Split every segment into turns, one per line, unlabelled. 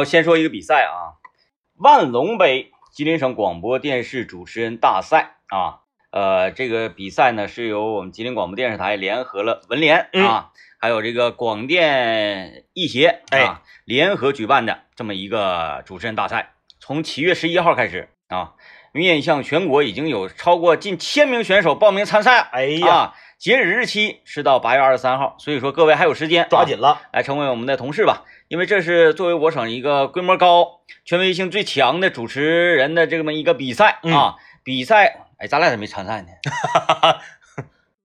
我先说一个比赛啊，万隆杯吉林省广播电视主持人大赛啊，呃，这个比赛呢是由我们吉林广播电视台联合了文联啊，
嗯
还有这个广电艺协啊、
哎
联合举办的这么一个主持人大赛，从七月十一号开始啊，面向全国已经有超过近千名选手报名参赛。
哎呀，
啊，截止日期是到八月二十三号，所以说各位还有时间，啊
抓紧了，
来成为我们的同事吧，因为这是作为我省一个规模高、权威性最强的主持人的这么一个比赛、
嗯
啊。比赛，哎，咱俩咋没参赛呢？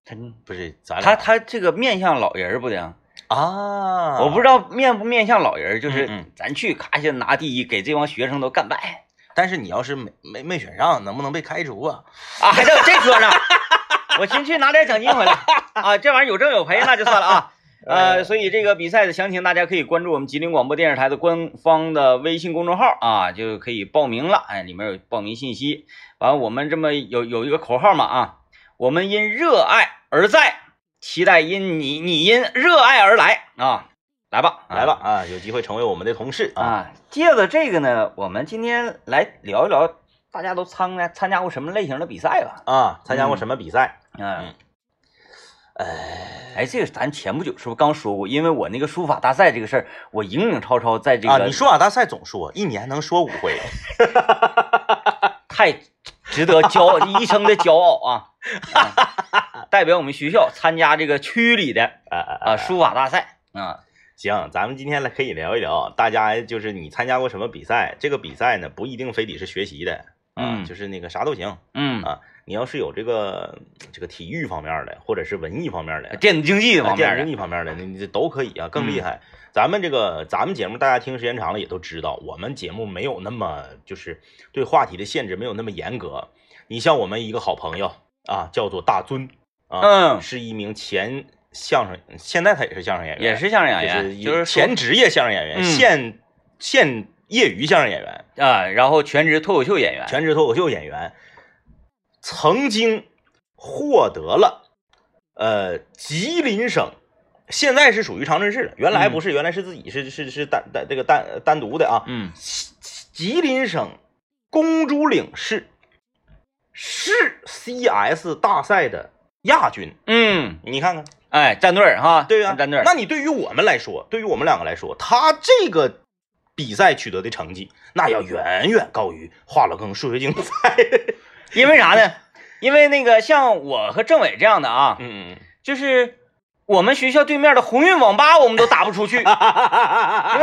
他不是咱他他这个面向老人儿不的，
啊
我不知
道，
道面不面向老人儿，就是
嗯嗯
咱去咔一下拿第一，给这帮学生都干败
但是你要是没没没选上，能不能被开除啊？
啊，还得有这说呢。我先去拿点奖金回来啊，这玩意儿有挣有赔，那就算了 啊。
哎
呃，所以这个比赛的详情，大家可以关注我们吉林广播电视台的官方的微信公众号啊，就可以报名了。哎，里面有报名信息。完了，我们这么有有一个口号嘛啊，我们因热爱而在，期待因你你因热爱而来啊，来吧，
来吧，啊，有机会成为我们的同事
啊
啊，
借着这个呢，我们今天来聊一聊，大家都参加参加过什么类型的比赛吧？
啊，参加过什么比赛？
嗯，
哎，
哎，这个咱前不久是不是刚说过？因为我那个书法大赛这个事儿，我影影绰绰嗯在这个、
啊，你书法大赛总说，一年能说五回，
太值得骄傲， 一生的骄傲啊！啊代表我们学校参加这个区里的
啊啊
啊书法大赛啊，
行，咱们今天来可以聊一聊，大家就是你参加过什么比赛？这个比赛呢，不一定非得是学习的，啊，
嗯
就是那个啥都行。
嗯
啊，你要是有这个这个体育方面的，或者是文艺方面的，
呃电子竞技
啊
方面
电子竞
的，嗯
技方面的，你你这都可以啊，更厉害。咱们这个咱们节目，大家听时间长了也都知道，我们节目没有那么就是对话题的限制没有那么严格。你像我们一个好朋友啊，叫做大尊啊，
嗯，
是一名前相声，现在他也是相声演员，
也是相声演
就是
员，
一
就是说
前职业相声演
嗯
员，现现业余相声演员，
啊，然后全职脱口秀演员，
全职脱口秀演员，曾经获得了呃吉林省，现在是属于长春市了，原来不是，原来是自己是是是单单这个单单独的啊，
嗯，
吉林省公主岭市市 CS 大赛的亚军，
嗯，
你看看，
哎，站队儿哈，
对呀、
站队儿，
那你对于我们来说，对于我们两个来说，他这个。比赛取得的成绩，那要远远高于华罗庚数学竞赛。
因为啥呢？因为那个像我和政委这样的啊，
嗯，嗯
就是我们学校对面的鸿运网吧，我们都打不出 去。因为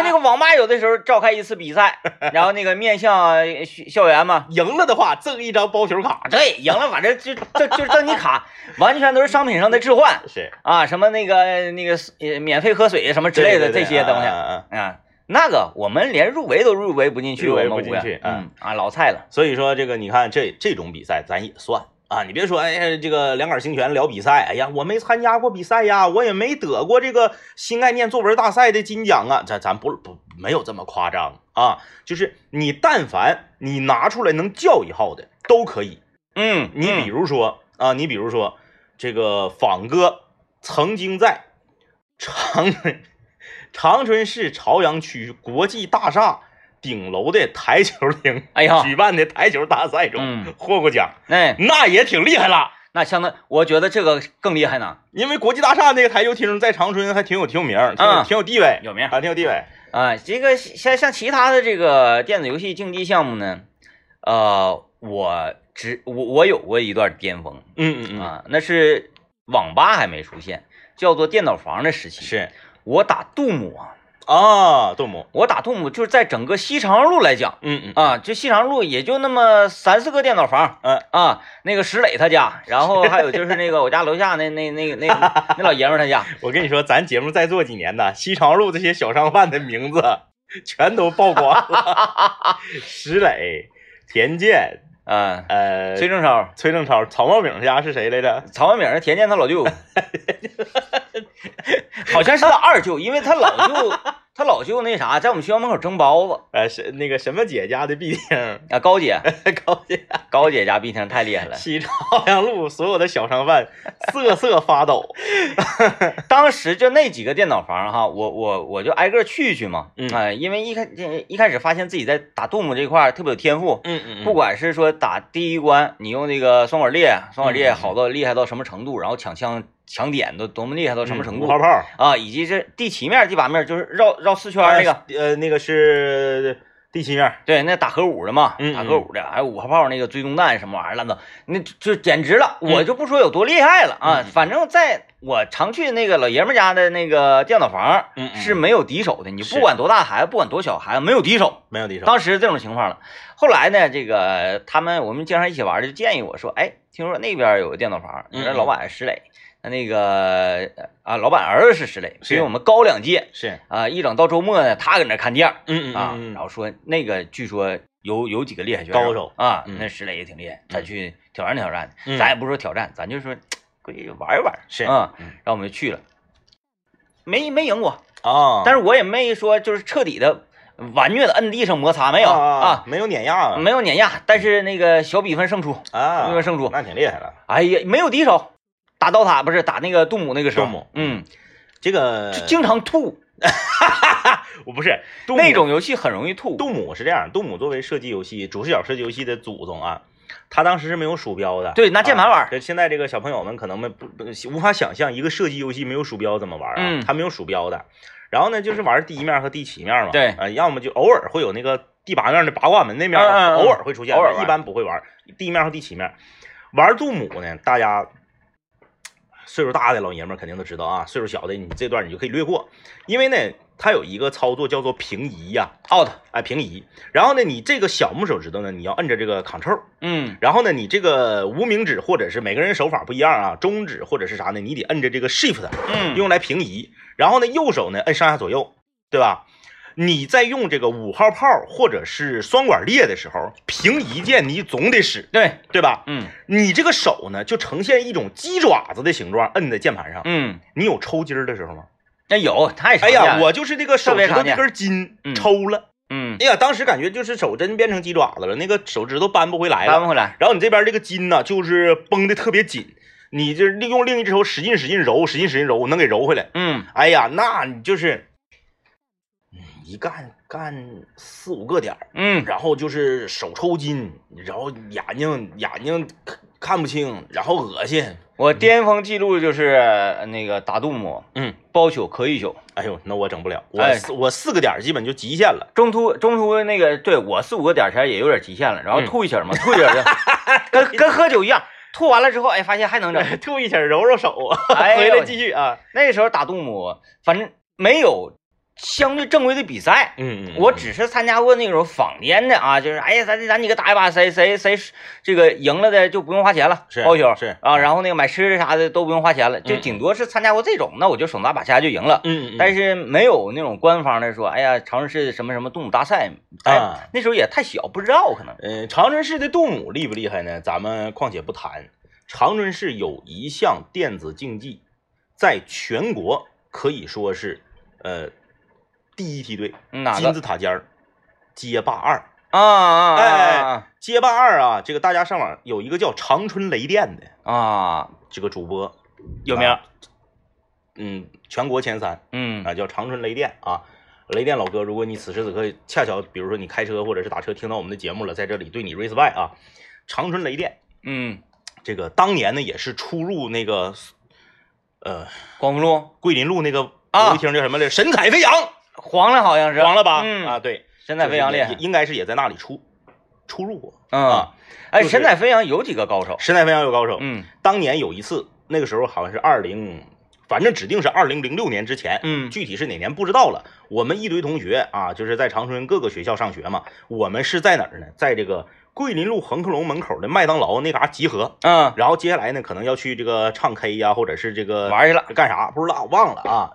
那个网吧有的时候召开一次比 赛，然后那个面向呃学校园嘛，啊
赢了的话赠一张包球卡。
对，赢了反正就就就赠你 卡，完全都是商品上的置换
是
啊，什么那个那个呃免费喝水什么之类的这些东西啊
西。
那个我们连入围都入围不进去，
入围
我们
不
五个
进去
嗯啊，老菜了，
所以说这个你看这这种比赛咱也算啊，你别说哎呀这个两杆儿清泉聊比赛，哎呀我没参加过比赛呀，我也没得过这个新概念作文大赛的金奖啊，咱咱不不没有这么夸张啊，就是你但凡你拿出来能叫一号的都可以，
嗯，
你比
如
如说、啊，你比如说这个仿哥曾经在长春长春市朝阳区国际大厦顶楼的台球厅
哎呀，
举办的台球大赛
嗯
中获过奖，
那
那也挺厉害了。
那相当，我觉得这个更厉害呢，
因为国际大厦那个台球厅在长春还挺有挺有名儿，挺有、
嗯
挺有地位，
有名
啊，挺有地位。
啊，这个像像其他的这个电子游戏竞技项目呢，呃，我只我我有过一段巅峰。
嗯嗯嗯，
啊，那是网吧还没出现，叫做电脑房的时期。
是
我打杜牧啊，
啊，杜牧，
我打杜牧就是在整个西长路来讲
嗯嗯
啊，就西长路也就那么三四个电脑房。
嗯
啊，那个石磊他家，然后还有就是那个我家楼下那那那那那那老爷们儿他家，
我跟你说，咱节目再做几年呢，西长路这些小商贩的名字全都曝光了， 石磊、田健、
嗯、
呃
崔正超、
崔正超、曹茂炳家是谁来着？
曹万明、田 健他老舅，好像是他二舅，因为他老舅他老舅那啥，在我们学校门口蒸包子
呃，是那个什么姐家的必听，
啊，高 姐，
高姐
高姐家必听太厉害了。
西朝朝阳路所有的小商贩瑟瑟发抖。
当时就那几个电脑房哈，我我我就挨个去去嘛，
嗯
哎因为一开一开始发现自己在打杜牧这块儿特别有天赋，
嗯嗯
不
不
管是说打第一关，你用那个双管猎，双管猎
嗯
好到厉害到什么程度，然后抢枪抢点都多么厉害到什么程度
嗯泡泡
啊，以及这第七面、第八面就是绕绕四圈儿那个，
呃那个是第七面，
对，那打核武的嘛
嗯，
打核武的，还有五号炮那个追踪弹什么玩意儿乱的，那就就简直了，我
嗯
就不说有多厉害了啊
嗯，
反正在我常去那个老爷们家的那个电脑房
嗯
是
是
没有敌手的，你
是
不管多大孩子，不管多小孩子，没有敌手。
没有敌手。
当时这种情况了。后来呢，这个他们我们经常一起玩儿，就建议我说，哎，听说那边有个电脑房，
嗯
人老板是石磊，那那个呃啊，老板儿子是石磊，
是
比我们高两届
是，
啊。一整到周末呢，他搁那看店儿
嗯
啊，然后说那个据说。有有几个厉害选手
高手
啊，
嗯
那石磊也挺厉害，咱去挑战挑战，
嗯
咱也不是说挑战，咱就说过去玩一玩儿，
是
啊，
嗯
然后我们就去了，没没赢过，
啊，
但
是
是我也没说就是彻底的完虐的摁地上摩擦，没
没
有
啊
啊，，
没有碾压，
没有碾压，但是那个小比分胜出，小
啊
比，分胜出，
那挺厉害了。
哎呀，没有敌手，打刀塔不是打那个杜姆那个时候，
杜姆
嗯，
这个
就经常吐，
我不是杜
那
牧
种游戏很容易吐，
杜姆是这样，杜姆作为射击游戏主视角射击游戏的祖宗啊，他当时是没有鼠标的，
对拿键盘玩
啊这、现在这个小朋友们可能们不不无法想象一个射击游戏没有鼠标怎么玩啊，
嗯
他没有鼠标的。然后呢，就是玩第一面和第七面嘛，
对
啊、要么就偶尔会有那个第八面的八卦门那面，
嗯嗯嗯
偶尔会出现，
偶尔玩
一般不会玩第一面和第七面。玩杜姆呢，大家岁数大的老爷们儿肯定都知道啊，岁数小的你这段你就可以略过，因为呢，它有一个操作叫做平移呀、
out，
哎，平移。然后呢，你这个小拇手指头呢，你要摁着这个 Ctrl。
嗯
然后呢，你这个无名指或者是每个人手法不一样啊，中指或者是啥呢，你得摁着这个 Shift
嗯，
用来平移。然后呢，右手呢摁上下左右，对吧？你在用这个五号炮或者是双管猎的时候，平移键你总得使，
对，
对吧？
嗯
你这个手呢就呈现一种鸡爪子的形状，摁在键盘上。
嗯，
你有抽筋儿的时候吗？
那有太常
哎
见
呀，
了
我就是这个手
特别
指头
常
这
见
根筋
嗯
抽了。
嗯，
哎呀，当时感觉就是手真变成鸡爪子了，那个手指头扳不回来
搬
了。
回来，
然后你这边这个筋呢、就是绷得特别紧，你就是利用另一只手使劲使劲揉，使劲使劲揉，能给揉回来。
嗯
哎呀，那你就是，嗯一干干四五个点儿，
嗯，
然后就是手抽筋，然后眼睛眼睛看看不清，然后恶心。
我巅峰记录就是呃那个打杜姆，
嗯，
包宿咳一宿，
哎呦，那我整不了，我
哎
四、我四个点儿基本就极限了。
中途中途那个对我四五个点儿前也有点极限了，然后
嗯
吐一气儿嘛，吐一气 儿就跟跟喝酒一样，吐完了之后哎发现还能整，
吐一起揉揉手，啊
哎
回
呦
来继续啊。
那时候打杜姆反正没有相对正规的比赛。
嗯嗯，
我只是参加过那种坊间的啊，就是哎呀，咱咱几个打一把，谁谁谁这个赢了的就不用花钱了，
是
包宿
是
啊，然后那个买吃的啥的都不用花钱了，就
嗯
顶多是参加过这种，那我就手拿把掐就赢了。
嗯，嗯嗯
但是没有那种官方的说，哎呀，长春市什么什么动物大赛，哎，
啊
那时候也太小，不知道可能。
嗯，长春市的杜母厉不厉害呢？咱们况且不谈，长春市有一项电子竞技，在全国可以说是呃第一梯队，
哪
金
个
字塔尖儿，街霸二。
啊啊
哎哎
啊
哎街霸二啊，这个大家上网有一个叫长春雷电的
啊啊！
这个主播，
有名
啊嗯，全国前三
嗯
啊，叫长春雷电啊。雷电老哥，如果你此时此刻恰巧，比如说你开车或者是打车听到我们的节目了，在这里对你 respect 啊，长春雷电。
嗯，
这个当年呢也是出入那个呃
光复路
桂林路那个
啊
游戏厅叫什么来着？神采飞扬，
黄了好像是
黄了吧？
嗯
啊，对，
神采飞扬厉害
就是也应该是也在那里出出入过。
嗯
啊，
哎，
就是
神采飞扬有几个高手？
神采飞扬有高手，
嗯
当年有一次，那个时候好像是二零，反正指定是二零零六年之前，
嗯
具体是哪年不知道了。我们一堆同学啊，就是在长春各个学校上学嘛，我们是在哪儿呢？在这个桂林路恒客隆门口的麦当劳那嘎集合。
嗯，
然后接下来呢，可能要去这个唱 K 呀、或者是这个
玩去了。
干啥不知道，忘了啊。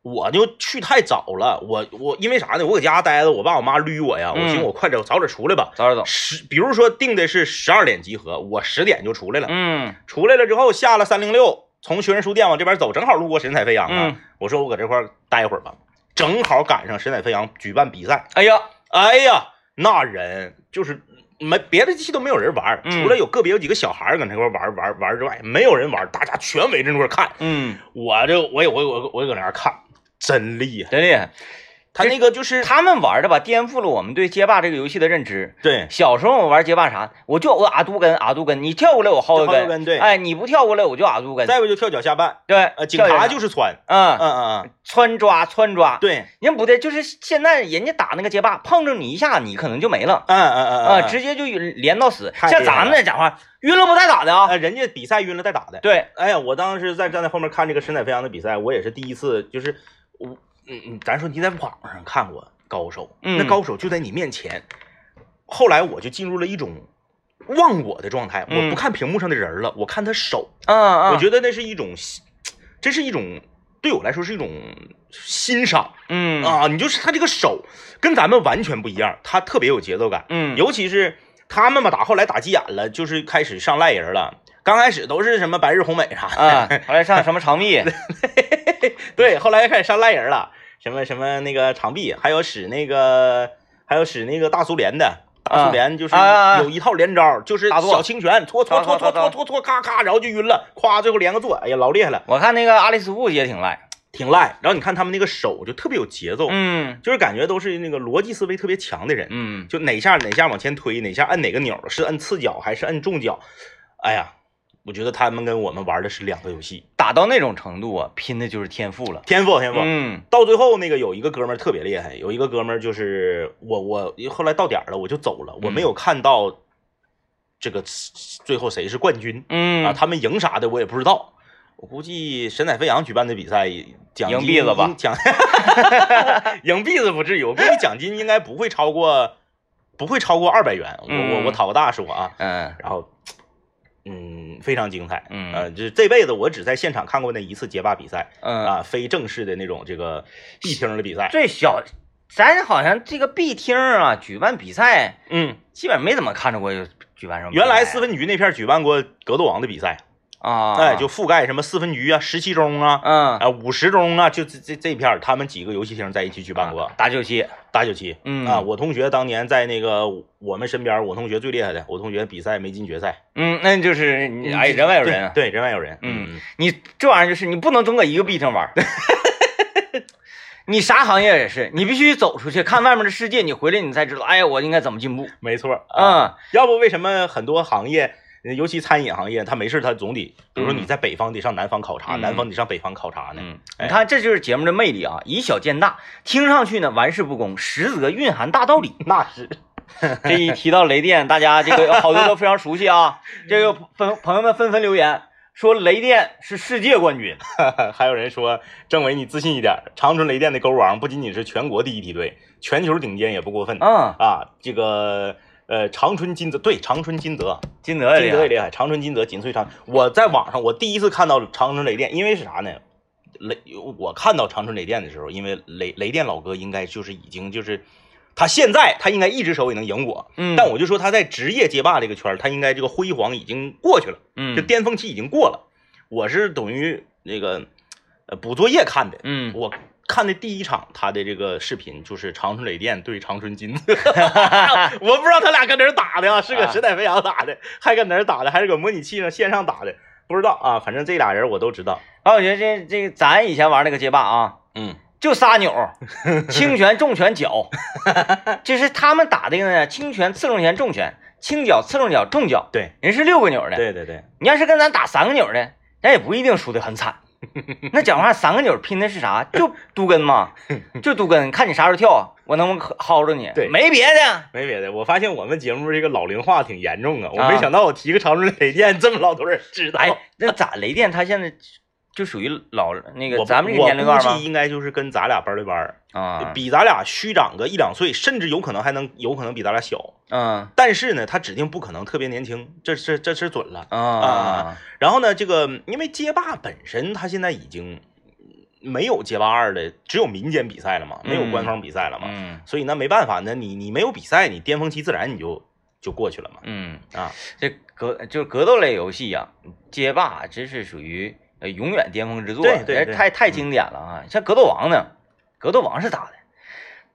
我就去太早了，我我因为啥呢？我搁家待着，我爸我妈捋我呀，我
嗯
寻思我快点，我早点出来吧。
早点走。
十，比如说定的是十二点集合，我十点就出来了。
嗯
出来了之后下了三零六，从学生书店往这边走，正好路过神采飞扬啊。
嗯
我说我搁这块儿待会儿吧，正好赶上神采飞扬举办比赛，
哎呀，
哎呀，那人就是没别的机器都没有人玩，
嗯
除了有个别有几个小孩儿搁那块儿玩玩玩之外，没有人玩，大家全围着那块儿看。
嗯，
我这我也我也我也我也搁那儿看，真厉害。
真厉害。
他那个就是
他们玩的吧，颠覆了我们对街霸这个游戏的认知。
对
小时候我玩街霸啥，我就我阿杜根阿杜根，你跳过来我薅
薅一根对
哎，你不跳过来我就阿杜根，
再不就跳脚下绊，
对，
呃，警
跳一
察
下
就是穿，嗯
嗯
嗯嗯，
穿抓穿抓，
对，
人不对，就是现在人家打那个街霸，碰着你一下，你可能就没了
嗯嗯嗯
啊、
嗯，
直接就连到死。
太厉
像
害
咱们那讲话，晕了不带打的啊，
啊，人家比赛晕了带打的。
对，
哎呀，我当时在站在后面看这个神采飞扬的比赛，我也是第一次，就是我，嗯嗯，咱说你在网上看过高手，
嗯
那高手就在你面前。后来我就进入了一种忘我的状态，我
嗯
不看屏幕上的人了，我看他手，
啊啊，
我觉得那是一种欣，这是一种对我来说是一种欣赏、
嗯
啊！你就是他这个手跟咱们完全不一样，他特别有节奏感，
嗯
尤其是他们吧，打后来打急眼了，就是开始上赖人了。刚开始都是什么白日红美啥的，
啊，后来上什么长臂，
对，后来开始上赖人了，什么什么那个长臂，还有使那个，还有使那个大苏联的。大苏联就是
啊啊啊
有一套连招，就是
大坐啊
小清拳，拖拖拖拖拖拖拖，咔咔，然后就晕了，咵，最后连个坐，哎呀，老厉害了。
我看那个阿里斯布也挺赖，
挺赖。然后你看他们那个手就特别有节奏，
嗯
就是感觉都是那个逻辑思维特别强的人，
嗯，
就哪下哪下往前推，哪下按哪个钮儿，是按次脚还是按重脚？哎呀，我觉得他们跟我们玩的是两个游戏，
打到那种程度啊，拼的就是天赋了，
天赋天赋。
嗯
到最后，那个有一个哥们儿特别厉害，有一个哥们儿就是我，我后来到点儿了，我就走了，
嗯
我没有看到这个最后谁是冠军
嗯
啊，他们赢啥的我也不知道。我估计神采飞扬举办的比赛奖金
赢币子吧
应奖赢币子不至于，我估计奖金应该不会超过不会超过二百元。我我
嗯
我讨个大说啊，
嗯
然后嗯非常精彩，
嗯
呃，就是这辈子我只在现场看过那一次街霸比赛
嗯，
啊，非正式的那种这个地厅的比赛，
最小，咱好像这个 B 厅啊，举办比赛
嗯，
基本没怎么看着过有举办什么比赛啊，
原来四分局那片儿举办过格斗王的比赛，
啊，
哎，就覆盖什么四分局啊、十七中啊。
嗯
啊，五十中啊，就这这这片儿，他们几个游戏厅在一起举办过，
打九七，
八九七
啊嗯
啊，我同学当年在那个我们身边，我同学最厉害的，我同学比赛没进决赛，
嗯，那就是你哎，人外有人啊，
对对人外有人，
嗯，你这玩意儿就是你不能总搁一个 B 厅玩儿， 你啥行业也是，你必须走出去看外面的世界，你回来你才知道，哎呀，我应该怎么进步。
没错，啊
嗯，
要不为什么很多行业，呃尤其餐饮行业，他没事他总得，比如说
嗯
你在北方得上南方考察，
嗯
南方得上北方考察呢，哎
你看这就是节目的魅力啊，以小见大，听上去呢玩世不恭，实则蕴含大道理。
那是
这一提到雷电，大家这个有好多都非常熟悉 啊，这个朋朋友们纷纷留言说雷电是世界冠军，
还有人说，政委你自信一点，长春雷电的勾王不仅仅是全国第一梯队，全球顶尖也不过分
嗯，
啊，这个。呃，长春金泽对长春金泽，
金德
金
也
泽也
厉害，
厉害，长春金泽紧随长。我在网上我第一次看到长春雷电，因为是啥呢？雷，我看到长春雷电的时候，因为雷雷电老哥应该就是已经就是，他现在他应该一只手也能赢我，
嗯，
但我就说他在职业街霸这个圈儿，他应该这个辉煌已经过去了，
嗯
这巅峰期已经过了。我是等于那个呃补作业看的，
嗯，
我看的第一场他的这个视频就是长春雷电对长春金 泽，我不知道他俩跟哪儿打的啊，是搁
啊
神采飞扬打的，还搁哪儿打的，还是搁模拟器上线上打的，不知道啊，反正这俩人我都知道。
然后啊我觉得这这个咱以前玩那个街霸啊，
嗯，
就仨钮 儿，轻拳、重拳、脚，就是他们打的呢，轻拳、刺中拳、重拳，轻脚、刺中脚、重脚，
对
人是六个钮儿的。
对对对，
你要是跟咱打三个钮儿的，咱也不一定输得很惨。 那讲话三个钮儿拼的是啥？就都跟 嘛，就都跟，看你啥时候跳，我能不能薅着你？
对
没别的。
没别的。我发现我们节目这个老龄化挺严重啊，我
啊
没想到我提个长春雷电这么老多人知道。
哎，那咋雷电他现在就属于老那
我
个
不
咱们这个年龄段
我估
吗
计？应该就是跟咱俩班对班儿，
啊，
比咱俩虚长个一两岁，甚至有可能还能有可能比咱俩小。
嗯
但是呢，他指定不可能特别年轻，这是这是准了。
啊
然后呢，这个因为街霸本身它现在已经没有街霸二的，只有民间比赛了嘛，没有官方比赛了嘛，
嗯
所以那没办法呢，你你没有比赛，你巅峰期自然你就就过去了嘛。
嗯。
啊，
这格就是格斗类游戏呀、街霸真是属于呃永远巅峰之作，
对对
哎
对嗯
太太经典了啊！像格斗王呢，格斗王是咋的？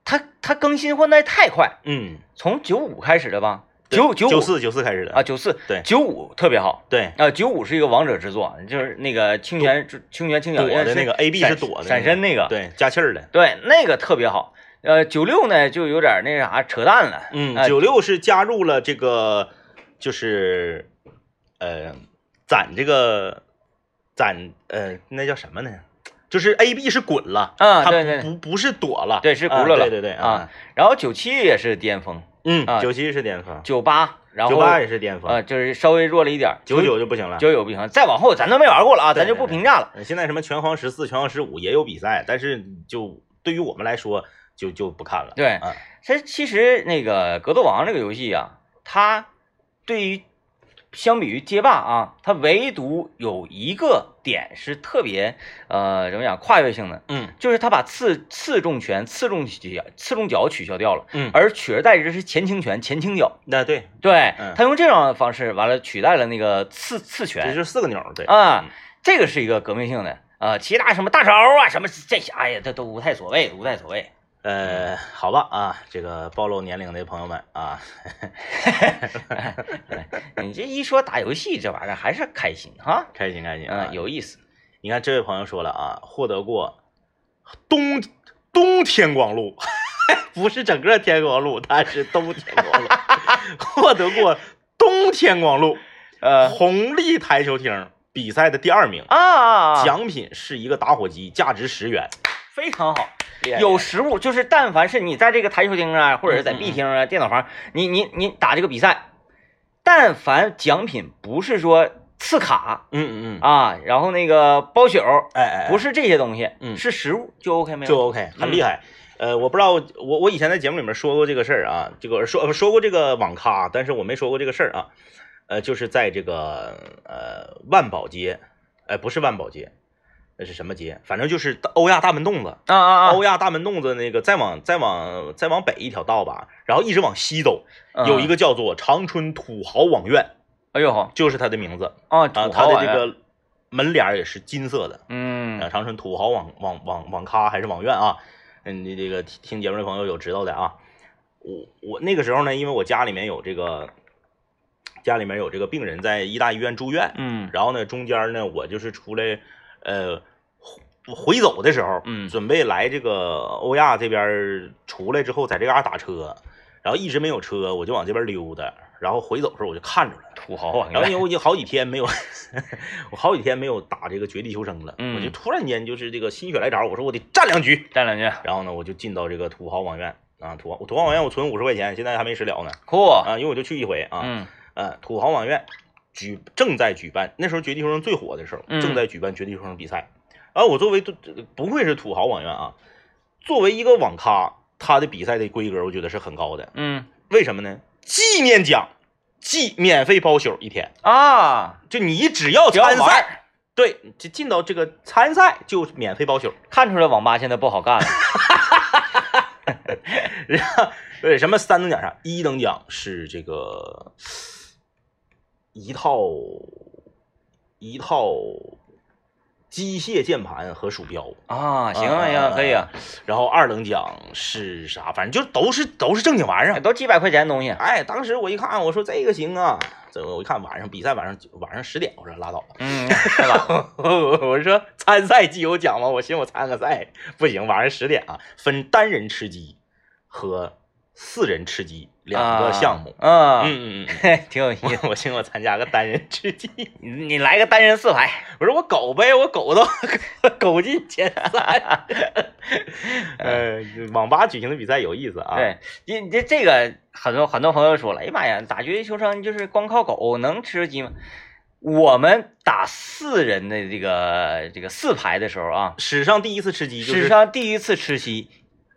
他他更新换代太快，
嗯，
从九五开始的吧？
对
九九
九四九四开始的
啊，，九四
对
九五特别好
对，
啊，九五是一个王者之作，就是那个清泉清泉清
躲
角
的那个 A B 是
闪
躲的那个，
闪身那个，
对，加气儿的。
对那个特别好。呃，九六呢就有点那啥扯淡了，
嗯，
哎
九六是加入了这个，就是，呃，攒这个，攒呃，那叫什么呢？就是 A B 是滚了，
啊
它
对对
不不是躲了，
对是轱
啊
辘了
对对对
啊，然后九七也是巅峰，
嗯
啊，
九七是巅峰，
九八然后
九八也是巅峰，
呃就是稍微弱了一点，
九九就不行了。
九九不行，再往后咱都没玩过了啊，咱
对
就不评价了。
现在什么拳皇十四、拳皇十五也有比赛，但是就对于我们来说就就不看了。
对
啊，
它其实那个格斗王这个游戏啊，它对于相比于街霸啊，它唯独有一个点是特别呃怎么讲跨越性的，
嗯
就是它把刺刺中拳、刺中脚、刺中脚取消掉了，
嗯，
而取而代之是前倾拳、前倾脚。
那对，
对
嗯，
它用这种方式完了取代了那个刺刺
这
拳
就四个钮儿，对，
啊
嗯，
这个是一个革命性的啊，其他什么大招啊什么这些，哎呀，这都无太所谓，无太所谓。
呃，好吧啊，这个暴露年龄的朋友们啊，
你这一说打游戏这玩意儿还是开心哈，
开心开心啊！
嗯，有意思。
你看这位朋友说了啊，获得过东东天光路， 不是整个天光路，他是东天光路， 获得过东天光路
呃
红利台球厅比赛的第二名，
啊啊，啊
奖品是一个打火机，价值十元。
非常好，有
有
实物就是，但凡是你在这个台球厅啊，或者是在
嗯嗯
B 厅啊、电脑房，你你你打这个比赛，但凡奖品不是说次卡
嗯嗯嗯，
啊，然后那个包宿，
哎哎，哎
不是这些东西，
嗯
是实物就 OK 没有？
就 OK，很厉害。呃，我不知道，我我以前在节目里面说过这个事儿啊，这个说说过这个网咖，啊但是我没说过这个事儿啊。呃，就是在这个呃万宝街，呃不是万宝街，那是什么街？反正就是大欧亚大门洞子，
啊啊啊
欧亚大门洞子那个再往再往再往北一条道吧，然后一直往西走，！
嗯
有一，个叫做长春土豪网院，
哎呦好
就是它的名字
啊，
啊，
土
它
豪
的
玩意
这
儿，
个门脸儿也是金色的，呃，
嗯
长春土豪网网网网咖还是网院啊？嗯，你这个听听节目的朋友有知道的啊。我我那个时候呢，因为我家里面有这个，家里面有这个病人在医大医院住院，
嗯
然后呢，中间呢，我就是出来，呃，回回走的时候，
嗯
准备来这个欧亚这边儿出来之后，在这嘎达打车，然后一直没有车，我就往这边溜达，然后回走的时候我就看着了。
土豪啊玩意
哦然后
儿，
因为我已经好几天没有， 我好几天没有打这个绝地求生了，
嗯
我就突然间就是这个心血来潮，我说我得站两局。
站两句，
然后呢，我就进到这个土豪网院啊，土豪土豪网院我存五十块钱，现在还没使了呢
酷，
啊，因为我就去一回啊，
哦嗯
呃，土豪网院举正在举办，那时候绝地求生最火的时候，
嗯
正在举办绝地求生比赛。然后我作为不愧是土豪网院啊，作为一个网咖，它的比赛的规格我觉得是很高的，
嗯
为什么呢？纪念奖，即免费包宿一天。
啊，
就你只要
只要
参
玩
赛，
儿
对，就进到这个参赛就免费包宿。
看出来网吧现在不好干了，
然后对什么三等奖啥？一等奖是这个一套一套机械键盘和鼠标，
啊，行
啊
啊行啊，可以啊，
然后二等奖是啥？反正就都是都是正经玩意
哎
儿。啊
都几百块钱的东西，
哎，当时我一看，我说这个行啊，这我一看晚上比赛晚上晚上十点，我说拉倒吧。
嗯，对吧？
我说参赛既有奖吗？我寻思我参个赛不行，晚上十点啊，分单人吃鸡和四人吃鸡两个项目。
啊，嗯，
嗯嗯 嗯
嘿挺有意 思。
嗯，我寻思我参加个单人吃鸡，
你你来个单人四排，
我说我狗呗，我狗都 狗进前
哎
三。呃，网吧举行的比赛有意思啊。，
对，你你这这个很多很多朋友说了，哎呀妈呀，打绝地求生就是光靠狗能吃鸡吗？我们打四人的这个这个四排的时候啊，
史上第一次吃鸡就
史
是
上第一次吃鸡，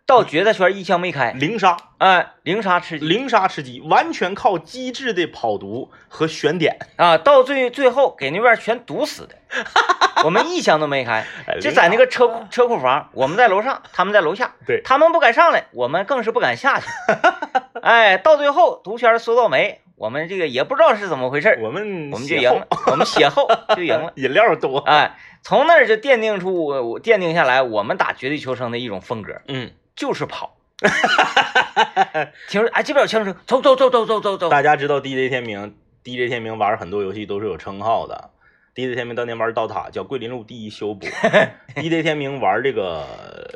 到决赛圈一枪没开，
零杀，
哎，零杀吃鸡
零杀吃鸡，完全靠机智的跑毒和选点。
啊，到最最后给那边全堵死的，我们一枪都没开。
哎
就在那个车库车库房，我们在楼上，他们在楼下，
对
他们不敢上来，我们更是不敢下去。哎，到最后毒圈缩到没，我们这个也不知道是怎么回事儿，
我们
我们就
写
赢
后。
了，我们血后就赢了
饮料多，
哎，从那儿就奠定出我我奠定下来我们打绝地求生的一种风格，
嗯，
就是 跑。听说哎，这边有枪声，走走走走走走走。
大家知道 DJ 天明，DJ 天明玩很多游戏都是有称号的。DJ 天明当年玩《刀塔》叫桂林路第一 修补，DJ 天明玩这个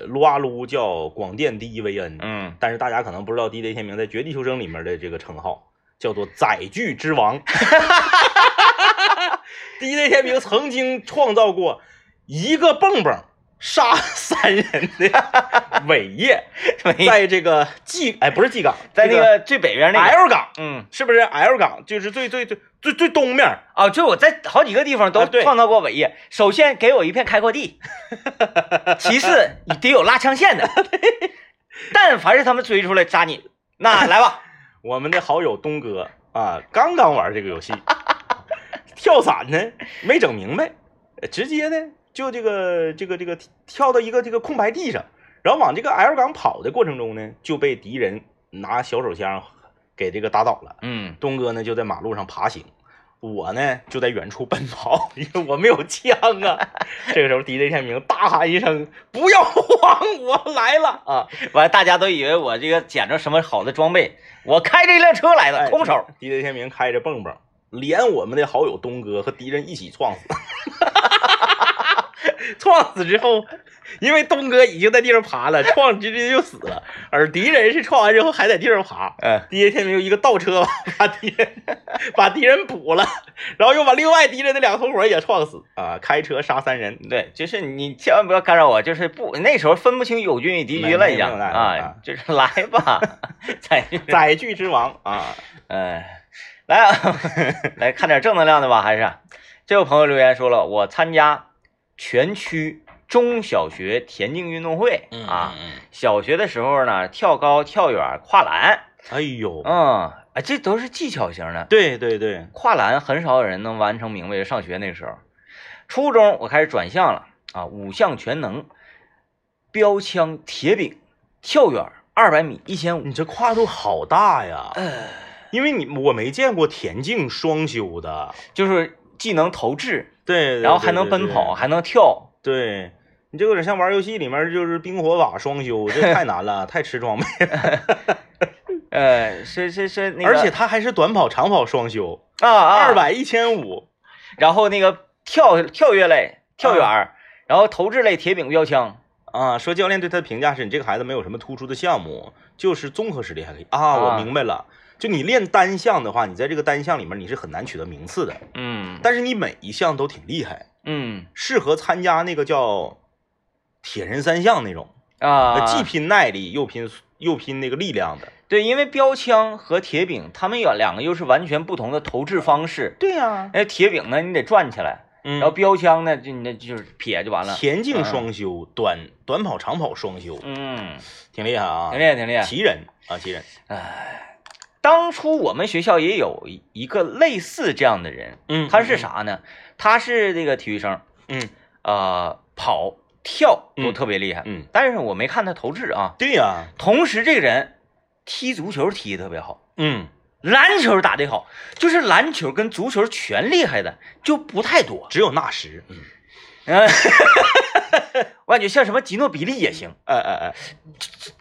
撸啊撸叫广电第一维恩，
嗯，
但是大家可能不知道 DJ 天明在《绝地求生》里面的这个称号叫做载具 之王。DJ 天明曾经创造过一个蹦蹦杀三人的伟业，在这个 G 哎不是 G 港，
在那个最北边
这个
那个，
L 港
嗯，
是不是 L 港就是最最最最最东面儿？
哦，就我在好几个地方都
啊对
创造过伟业。首先给我一片开阔 地，其次你得有拉枪线 的，但凡是他们追出来扎你，那来吧，
我们的好友东哥啊，刚刚玩这个游戏， 跳伞呢没整明白，呃直接呢就这个这个这个跳到一个这个空白地上，然后往这个 L 港跑的过程中呢，就被敌人拿小手枪给这个打倒了。
嗯，
东哥呢就在马路上爬行，我呢就在远处奔跑，因为我没有枪啊。 这个时候，DJ 天明大喊一声：“不要 慌，我来了！”啊，
完了大家都以为我这个捡着什么好的装备，我开这辆车来的，空手。
DJ 天明开着蹦蹦，连我们的好友东哥和敌人一起撞死。 撞死之后，因为东哥已经在地上爬了，撞直接就死了，而敌人是撞完之后还在地上爬。
嗯，
DJ 天明一个倒车把敌人把敌人补了，然后又把另外敌人的两个同伙也撞死啊！开车杀三人，
对，就是你千万不要干扰我，就是不那时候分不清友军与敌军了，已经
没没有那个
啊
啊，
就是来 吧，再去，
载具之王啊！
嗯，来啊来 看点正能量的吧，还是这位朋友留言说了，我参加全区中小学田径运动会
嗯
啊，，小学的时候呢，跳高、跳远、跨栏，
哎呦，
嗯，啊，这都是技巧型的，
对对对，
跨栏很少有人能完成明白。上学那个时候，初中我开始转向了啊，五项全能，标枪、铁饼、跳远、二百米、一千五
你。这跨度好大呀！
呃，
因为你我没见过田径双修的，
就是既能投掷，
对，对
然后还能奔跑，，还能跳。
对对对你这有点像玩游戏里面就是冰火法双修，这太难了， 太吃装备，
呃，是是是那个，
而且它还是短跑、长跑双修，
啊啊，
二。百、一千五，
然后那个跳跳跃类、跳远，然后投掷类铁饼、标枪。
啊，说教练对他的评价是你这个孩子没有什么突出的项目，就是综合实力还可以啊。
啊
我明白了，就你练单项的话，你在这个单项里面你是很难取得名次的，
嗯
但是你每一项都挺厉害，
嗯
适合参加那个叫铁人三项那种，呃
啊，
既拼耐力又拼又拼那个力量的。
对，因为标枪和铁饼，他们有两个又是完全不同的投掷方式。
对呀、
那铁饼呢，你得转起来，
嗯，
然后标枪呢，就你那就是撇就完了。
田径双修，短短跑、长跑双修，
嗯，
挺厉害啊，
挺厉害，挺厉害。
奇人啊，奇人，
当初我们学校也有一一个类似这样的人，
嗯
他是？啥呢？他是这个体育生，
嗯
呃，跑、跳都
嗯
特别厉害，
嗯，
但是我没看他投掷啊。
对呀、
同时，这个人踢足球踢得特别好，
嗯，
篮球打得好，就是篮球跟足球全厉害的就不太多。
只有纳什，嗯，
嗯，我感觉像什么吉诺比利也行，呃
哎哎哎，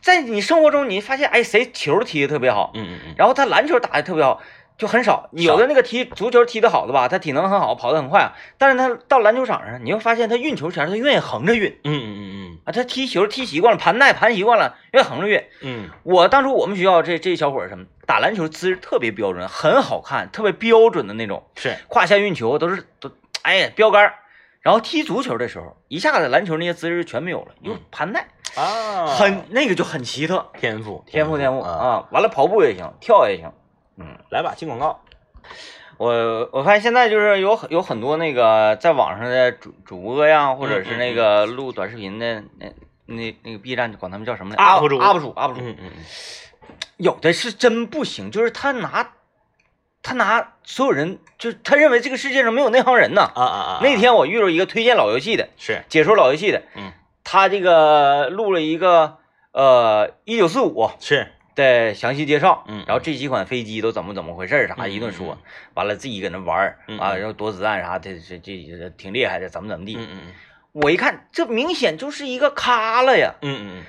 在你生活中你发现，哎，谁球踢得特别好，
嗯嗯嗯，
然后他篮球打得特别好，就很少。有的那个踢足球踢得好的吧，他体能很好，跑得很快啊，但是他到篮球场上，你会发现他运球前他愿意横着运
嗯嗯嗯
啊，他踢球踢习惯了，盘带盘习惯了，愿意横着运。
嗯
我当初我们学校这这小伙儿什么打篮球姿势特别标准，很好看，特别标准的那种。
是，
胯下运球都是都，哎呀标杆儿。然后踢足球的时候，一下子篮球那些姿势全没有了，又盘带，
嗯啊，
很那个就很奇特，
天赋，
天赋天赋
啊！
啊！完了跑步也行，跳也行。
来吧，进广告，
我我发现现在就是有很有很多那个在网上的主主播呀，或者是
嗯
那个录短视频的那那那个 B 站管他们叫什么来
UP 主
UP 主 UP 主，
嗯嗯
有的是真不行，就是他拿他拿所有人，就是他认为这个世界上没有内行人呐。
啊啊啊，
那天我遇到一个推荐老游戏的，
是，
解说老游戏的，
嗯
他这个录了一个呃一九四五
是，
再详细介绍，
嗯
然后这几款飞机都怎么怎么回事儿啥
嗯
一顿说
嗯，
完了自己搁那玩儿
嗯
啊，
嗯
然后躲子弹啥的，这这这挺厉害的，怎么怎么地。
嗯
我一看，这明显就是一个咖了呀，
嗯嗯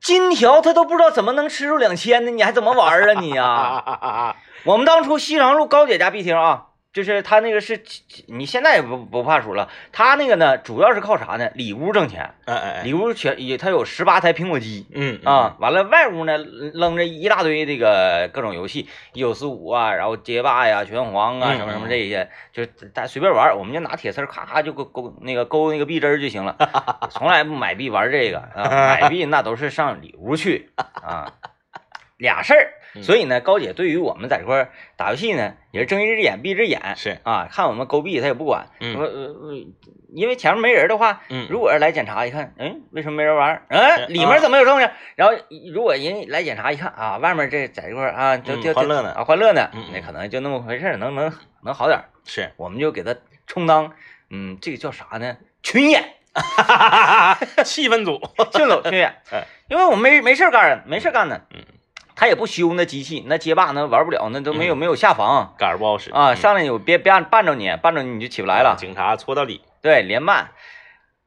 金条他都不知道怎么能吃出两千呢，你还怎么玩儿啊你呀、
啊啊啊啊！
我们当初西长路高铁加 B 厅啊，就是他那个是，你现在也不不怕数了，他那个呢主要是靠啥呢？里屋挣钱，
哎哎哎，
里屋全也他有十八台苹果机。
嗯
啊，完了，外屋呢扔着一大堆这个各种游戏，一九四五啊，然后街霸呀、拳皇啊，
嗯
什么什么这些，就是大家随便玩儿，我们就拿铁丝儿咔咔就勾勾那个勾那个币针儿就行了， 从来不买币玩这个 啊，买币那都是上里屋去啊，俩事儿。
嗯
所以呢，高姐对于我们在这块儿打游戏呢，也是睁一只眼闭一只眼
是
啊，看我们勾币她也不管，
嗯
说呃呃，因为前面没人的话，
嗯，
如果是来检查一看，嗯，为什么没人玩儿？嗯，里
啊
面怎么有动静？然后如果人来检查一看啊，外面这在这块儿啊，就
嗯
就
欢乐呢
啊，欢乐呢
嗯嗯，
那可能就那么回事儿，能能能好点儿。
是，
我们就给他充当，嗯，这个叫啥呢？群演，
气氛组，
就老群演
哎，
因为我们没没事儿干啊，没事儿干呢。
嗯，
他也不修那机器，那街霸那玩不了，那都没有
嗯
没有下防
杆儿不好使嗯
啊，上来有别别按绊着你，绊着你你就起不来了。
警察搓到底
对，连绊，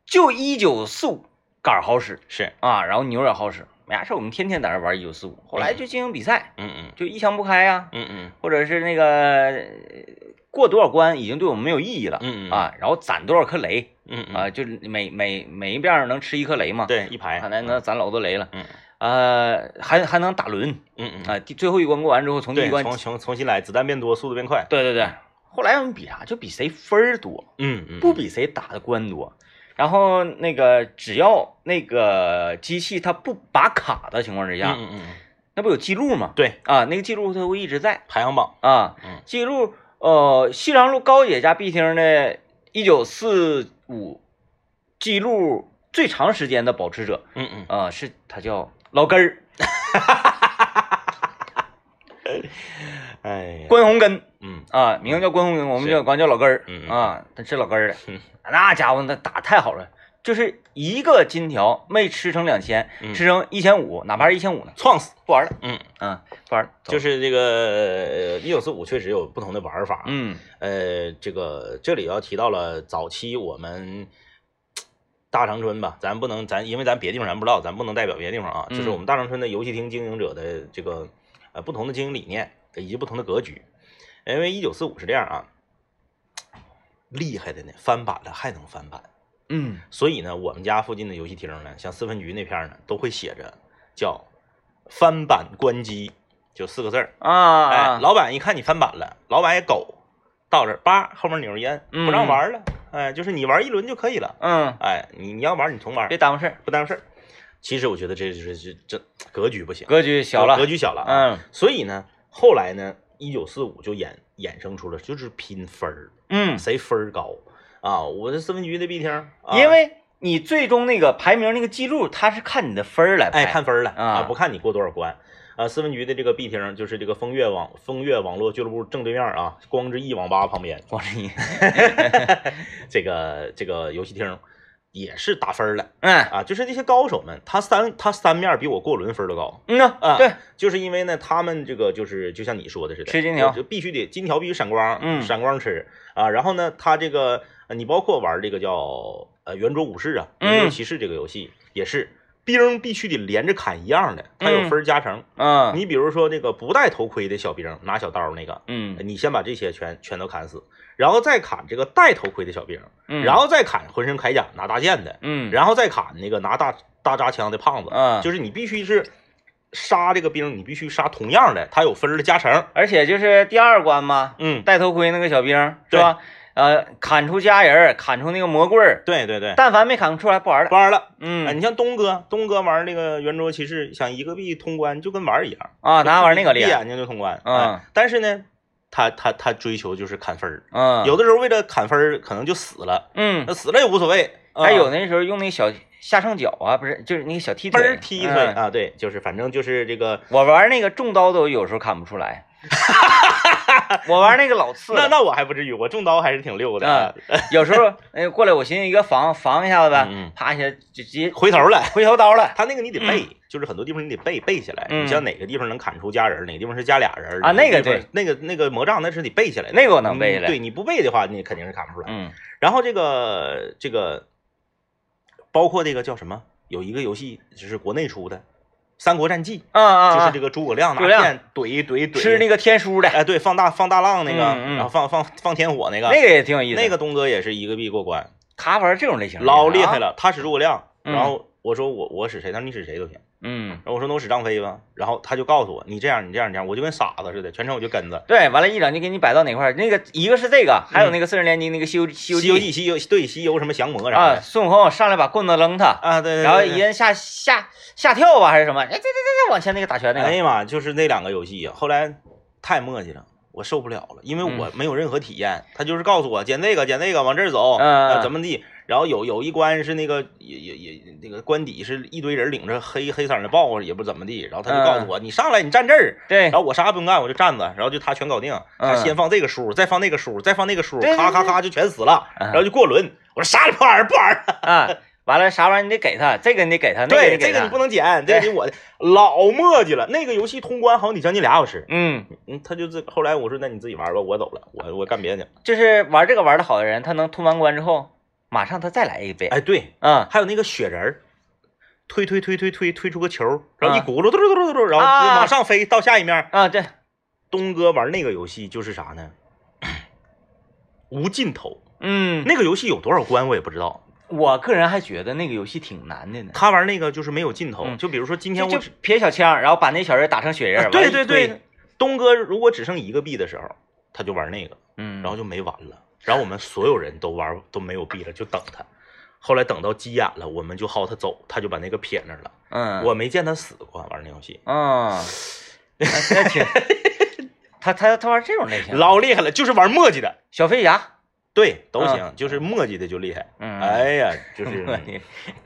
就一九四五杆儿好使。
是，
啊，然后牛也好使，没啥事儿，我们天天在那玩一九四五，后来就进行比赛，
嗯嗯
就一枪不开呀、
嗯嗯
或者是那个呃过多少关已经对我们没有意义了，
嗯嗯
啊，然后攒多少颗雷
嗯嗯
啊，就是每每每一遍儿能吃一颗雷嘛，，啊
对一排，
那能攒老多雷了，
嗯
呃，还还能打轮
嗯嗯，
啊，第最后一关过完之后，从第一
对，
关，
重重重新来，子弹变多，速度变快，
对对对，后来我们比啥，就比谁分儿多，
嗯嗯，
不比谁打的关多。然后那个，只要那个机器它不拔卡的情况之下，
嗯嗯嗯，
那不有记录吗？
对，
啊，那个记录它会一直在
排行榜，
啊
嗯，
记录呃西长路高铁加 B 厅的1945记录最长时间的保持者
嗯嗯，
啊，是他叫老根儿
哎呀，
关红根
嗯
啊，名字叫关红根，我们叫管他叫老根儿
嗯嗯
啊，他吃老根儿的
嗯，
那家伙那打太好了，就是一个金条没吃成两千，
嗯
吃成一千五，哪怕是一千五呢，
撞死，
不玩了，
嗯，
啊，不玩了，走
就是这个呃一九四五确实有不同的玩法，
嗯
呃，这个这里要提到了早期我们大长春吧，咱不能咱因为咱别地方咱不知道，咱不能代表别地方啊，就是我们大长春的游戏厅经营者的这个呃不同的经营理念以及不同的格局，因为一九四五是这样啊，厉害的呢翻版了还能翻版，
嗯
所以呢我们家附近的游戏厅呢，像四分局那片儿呢都会写着叫翻版关机，就四个字儿，
啊啊
哎，，老板一看你翻版了，老板也狗，到这儿叭后面扭着烟，
嗯
不让玩了。哎，就是你玩一轮就可以了。
嗯，
哎，你你要玩你重玩
别，耽误事儿。
不耽误事儿。其实我觉得这就是这这格局不行，
格局小了，
格局小了。，啊
嗯
所以呢，后来呢，一九四五就衍衍生出了就是拼分儿，
嗯，
谁分儿高啊？我这四分局的必厅，啊
因为你最终那个排名那个记录，它是看你的分儿来排，
哎看分儿了
啊
不看你过多少关。啊，四分局的这个 B 厅就是这个风月网风月网络俱乐部正对面啊，光之翼网吧旁边，
光是你，
这个这个游戏厅也是打分儿了
嗯
啊，就是这些高手们，他三他三面比我过轮分儿都高
嗯呐，
啊，
对，，
就是因为呢，他们这个就是就像你说的似的，
吃金条
就必须得金条必须闪光，
嗯
闪光吃啊，然后呢，他这个呃你包括玩这个叫呃圆桌武士啊，
嗯
圆桌骑士这个游戏也是。兵必须得连着砍一样的，它有
嗯
分儿加成。
嗯
你比如说那个不戴头盔的小兵，拿小刀儿那个，
嗯
你先把这些全全都砍死，然后再砍这个戴头盔的小兵，
嗯，
然后再砍浑身铠甲拿大剑的，
嗯，
然后再砍那个拿大大扎枪的胖子。
嗯
就是你必须是杀这个兵，你必须杀同样的，他有分儿的加成。
而且就是第二关嘛，
嗯，
戴头盔那个小兵儿是吧？呃，砍出家人儿，砍出那个魔棍儿，
对对对，
但凡没砍出来不玩了。
玩了。哎，
嗯
你像东哥，东哥玩那个圆桌骑士，想一个币通关就跟玩儿一样，
啊，拿玩那个厉
一
害，
眼睛就通关。
嗯
哎，但是呢，他他他追求就是砍分儿，
嗯，
有的时候为了砍分儿可能就死了，
嗯
那，死了也无所谓。啊
还有那时候用那小下上角啊，不是，就是那个小踢
分
腿
儿，踢一腿
嗯
啊，对，就是反正就是这个
我玩那个重刀都有时候砍不出来，我玩那个老次了，
那那我还不至于，我中刀还是挺溜的
啊。有时候哎过来，我寻思一个防防一下子
嗯
呗
嗯，
啪一下就直接
回头了，
回头刀了
他那个你得背，就是很多地方你得背背下来。
嗯
你像哪个地方能砍出家人，哪个地方是加俩人
啊那
哪个
个
地方
对
那个那个魔杖那是得背下来的，
那个我能背下来
嗯对，你不背的话，你肯定是砍不出来。
嗯
然后这个这个，包括这个叫什么，有一个游戏就是国内出的《三国战记
啊》，啊
就是
啊
这，个诸葛亮拿
诸葛亮
剑怼怼怼，
吃那个天书的
哎对，放大放大浪那个，
嗯嗯
然后放放放天火那个，
那个也挺有意思，
那个东哥也是一个币过关，
他玩这种类型的
老厉害
了，
了。他使诸葛亮，
啊嗯
然后我说我我使谁？他说你使谁都行。
嗯。
然后我说那我使张飞吧，然后他就告诉我你这样你这样你这样，我就跟傻子似的，全程我就跟着。
对，完了，一整就给你摆到哪块儿。那个一个是这个，还有那个四十年级那个西游《西
西游
游记
嗯记西游对西游什么降魔》啥
啊，
的
孙悟空上来把棍子扔他，
啊对对对，
然后
对
一人下下下跳吧还是什么？哎，这这这这往前那个打拳那
哎
个，
呀妈，就是那两个游戏呀，后来太磨叽了，我受不了了，因为
嗯
我没有任何体验，他就是告诉我捡这个捡那个往这儿走，
嗯
呃怎么地。然后有有一关是那个也也也那个关底是一堆人领着黑黑色的豹子也不怎么地，然后他就告
嗯
诉我、你上来你站这儿，
对
然后我啥也不用干我就站着，然后就他全搞定，他
嗯
先放这个书，再放那个书，再放那个书，
对对
咔咔咔就全死了，
嗯
然后就过轮。我说啥也不玩儿不玩儿了，
啊，完了啥玩意儿你得给他，这个你得给他，那
对
你
这
给
个
他
你不，能捡，这个你我老磨叽了。那个游戏通关好像得将近俩小时，
嗯，
嗯，他就自后来我说那你自己玩吧，我走了，我我干别的去了。
就是玩这个玩的好的人，他能通完关之后，马上他再来一遍，
哎，对，
嗯，
还有那个雪人儿，推推推推推推出个球儿，然后一
啊
轱辘，嘟嘟嘟嘟嘟，然后就
啊
往上飞到下一面儿。
啊，对，
东哥玩那个游戏就是啥呢？ 无尽头。
嗯，
那个游戏有多少关我也不知道。
我个人还觉得那个游戏挺难的呢，
他玩那个就是没有尽头，
嗯
就比如说今天
就就
我只
撇小枪，然后把那小人打成雪人，
啊
完了
对
一
对
推
对，，东哥如果只剩一个币的时候，他就玩那个。
嗯，
然后就没完了。然后我们所有人都玩都没有币了，就等他。后来等到急眼了，我们就薅他走，他就把那个撇那儿了。
嗯，
我没见他死过，玩那游戏
嗯，那 挺，他他他玩这种类型的，
老厉害了，就是玩墨迹的，
小飞侠，
对，都行，
嗯
就是墨迹的就厉害。
嗯，。
哎呀，就是，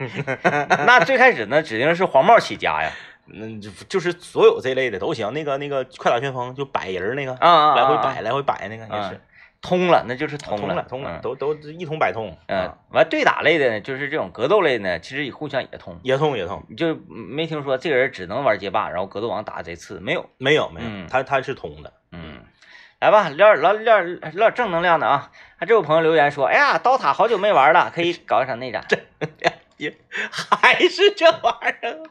那最开始呢，指定是黄帽起家呀，
嗯，就就是所有这类的都行。那个那个快打旋风就摆人儿那个，
啊啊，啊
来回摆，来回摆那个也是
嗯，通了，那就是通
啊通
了，
通了，
嗯
都都一通百通，
嗯
啊，，
完对打类的呢，就是这种格斗类呢，其实也互相也通，
也通也通。
你就没听说这个人只能玩街霸，然后格斗王打这次没有。
没有没有，
嗯
他他是通的。
嗯，来吧，聊点聊聊聊点正能量的啊！还这位朋友留言说，哎呀，刀塔好久没玩了，可以搞一场内战。
还是这玩意儿。啊